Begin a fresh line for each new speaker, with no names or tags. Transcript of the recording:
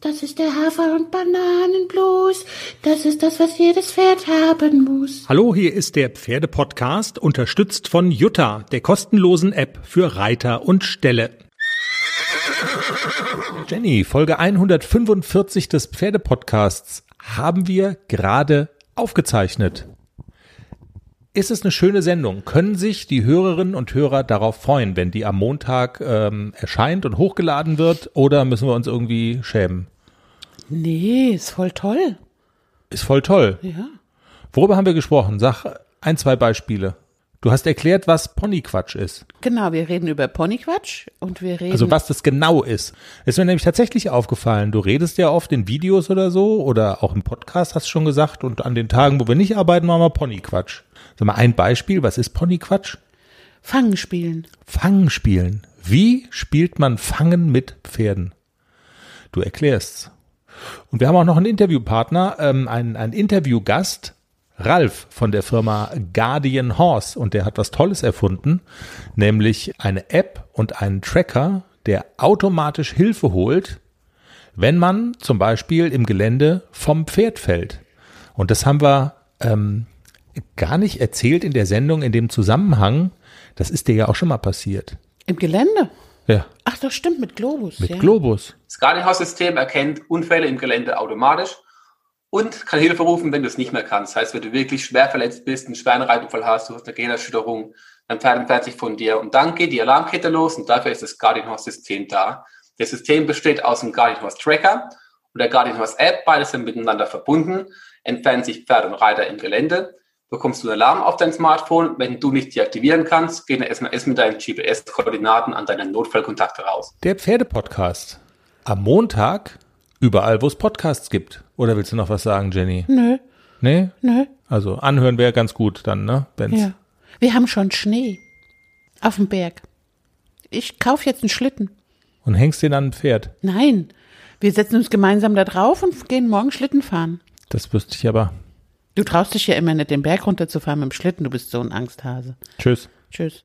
Das ist der Hafer- und Bananenblues. Das ist das, was jedes Pferd haben muss.
Hallo, hier ist der Pferdepodcast, unterstützt von Jutta, der kostenlosen App für Reiter und Ställe.
Jenny, Folge 145 des Pferdepodcasts haben wir gerade aufgezeichnet. Ist es eine schöne Sendung? Können sich die Hörerinnen und Hörer darauf freuen, wenn die am Montag ähm, erscheint und hochgeladen wird? Oder müssen wir uns irgendwie schämen?
Nee, ist voll toll.
Ist voll toll.
Ja.
Worüber haben wir gesprochen? Sag ein, zwei Beispiele. Du hast erklärt, was Ponyquatsch ist.
Genau, wir reden über Ponyquatsch und wir reden.
Also was das genau ist. Ist mir nämlich tatsächlich aufgefallen. Du redest ja oft in Videos oder so oder auch im Podcast hast du schon gesagt und an den Tagen, wo wir nicht arbeiten, machen wir Ponyquatsch. Sag mal ein Beispiel, was ist Ponyquatsch?
Fangen spielen.
Fangen spielen. Wie spielt man Fangen mit Pferden? Du erklärst's. Und wir haben auch noch einen Interviewpartner, ähm, einen, einen Interviewgast, Ralf von der Firma Guardian Horse. Und der hat was Tolles erfunden, nämlich eine App und einen Tracker, der automatisch Hilfe holt, wenn man zum Beispiel im Gelände vom Pferd fällt. Und das haben wir ähm, gar nicht erzählt in der Sendung, in dem Zusammenhang. Das ist dir ja auch schon mal passiert.
Im Gelände.
Ja,
Ach, das stimmt, mit Globus.
mit
ja.
Globus.
Das Guardian-House-System erkennt Unfälle im Gelände automatisch und kann Hilfe rufen, wenn du es nicht mehr kannst. Das heißt, wenn du wirklich schwer verletzt bist, einen schweren Reitunfall hast, du hast eine Gehirnerschütterung, dein Pferd entfernt sich von dir und dann geht die Alarmkette los und dafür ist das Guardian-House-System da. Das System besteht aus dem Guardian-House-Tracker und der Guardian-House-App, beides sind miteinander verbunden, entfernen sich Pferd und Reiter im Gelände, bekommst du einen Alarm auf dein Smartphone, wenn du nicht deaktivieren kannst, geht eine SMS mit deinen GPS-Koordinaten an deine Notfallkontakte raus.
Der Pferdepodcast. Am Montag überall, wo es Podcasts gibt. Oder willst du noch was sagen, Jenny?
Nö,
Nee?
nö.
Also anhören wäre ganz gut dann, ne? Wenn's
Ja. Wir haben schon Schnee. Auf dem Berg. Ich kaufe jetzt einen Schlitten.
Und hängst den an ein Pferd.
Nein. Wir setzen uns gemeinsam da drauf und gehen morgen Schlitten fahren.
Das wüsste ich aber.
Du traust dich ja immer nicht, den Berg runterzufahren mit dem Schlitten. Du bist so ein Angsthase.
Tschüss.
Tschüss.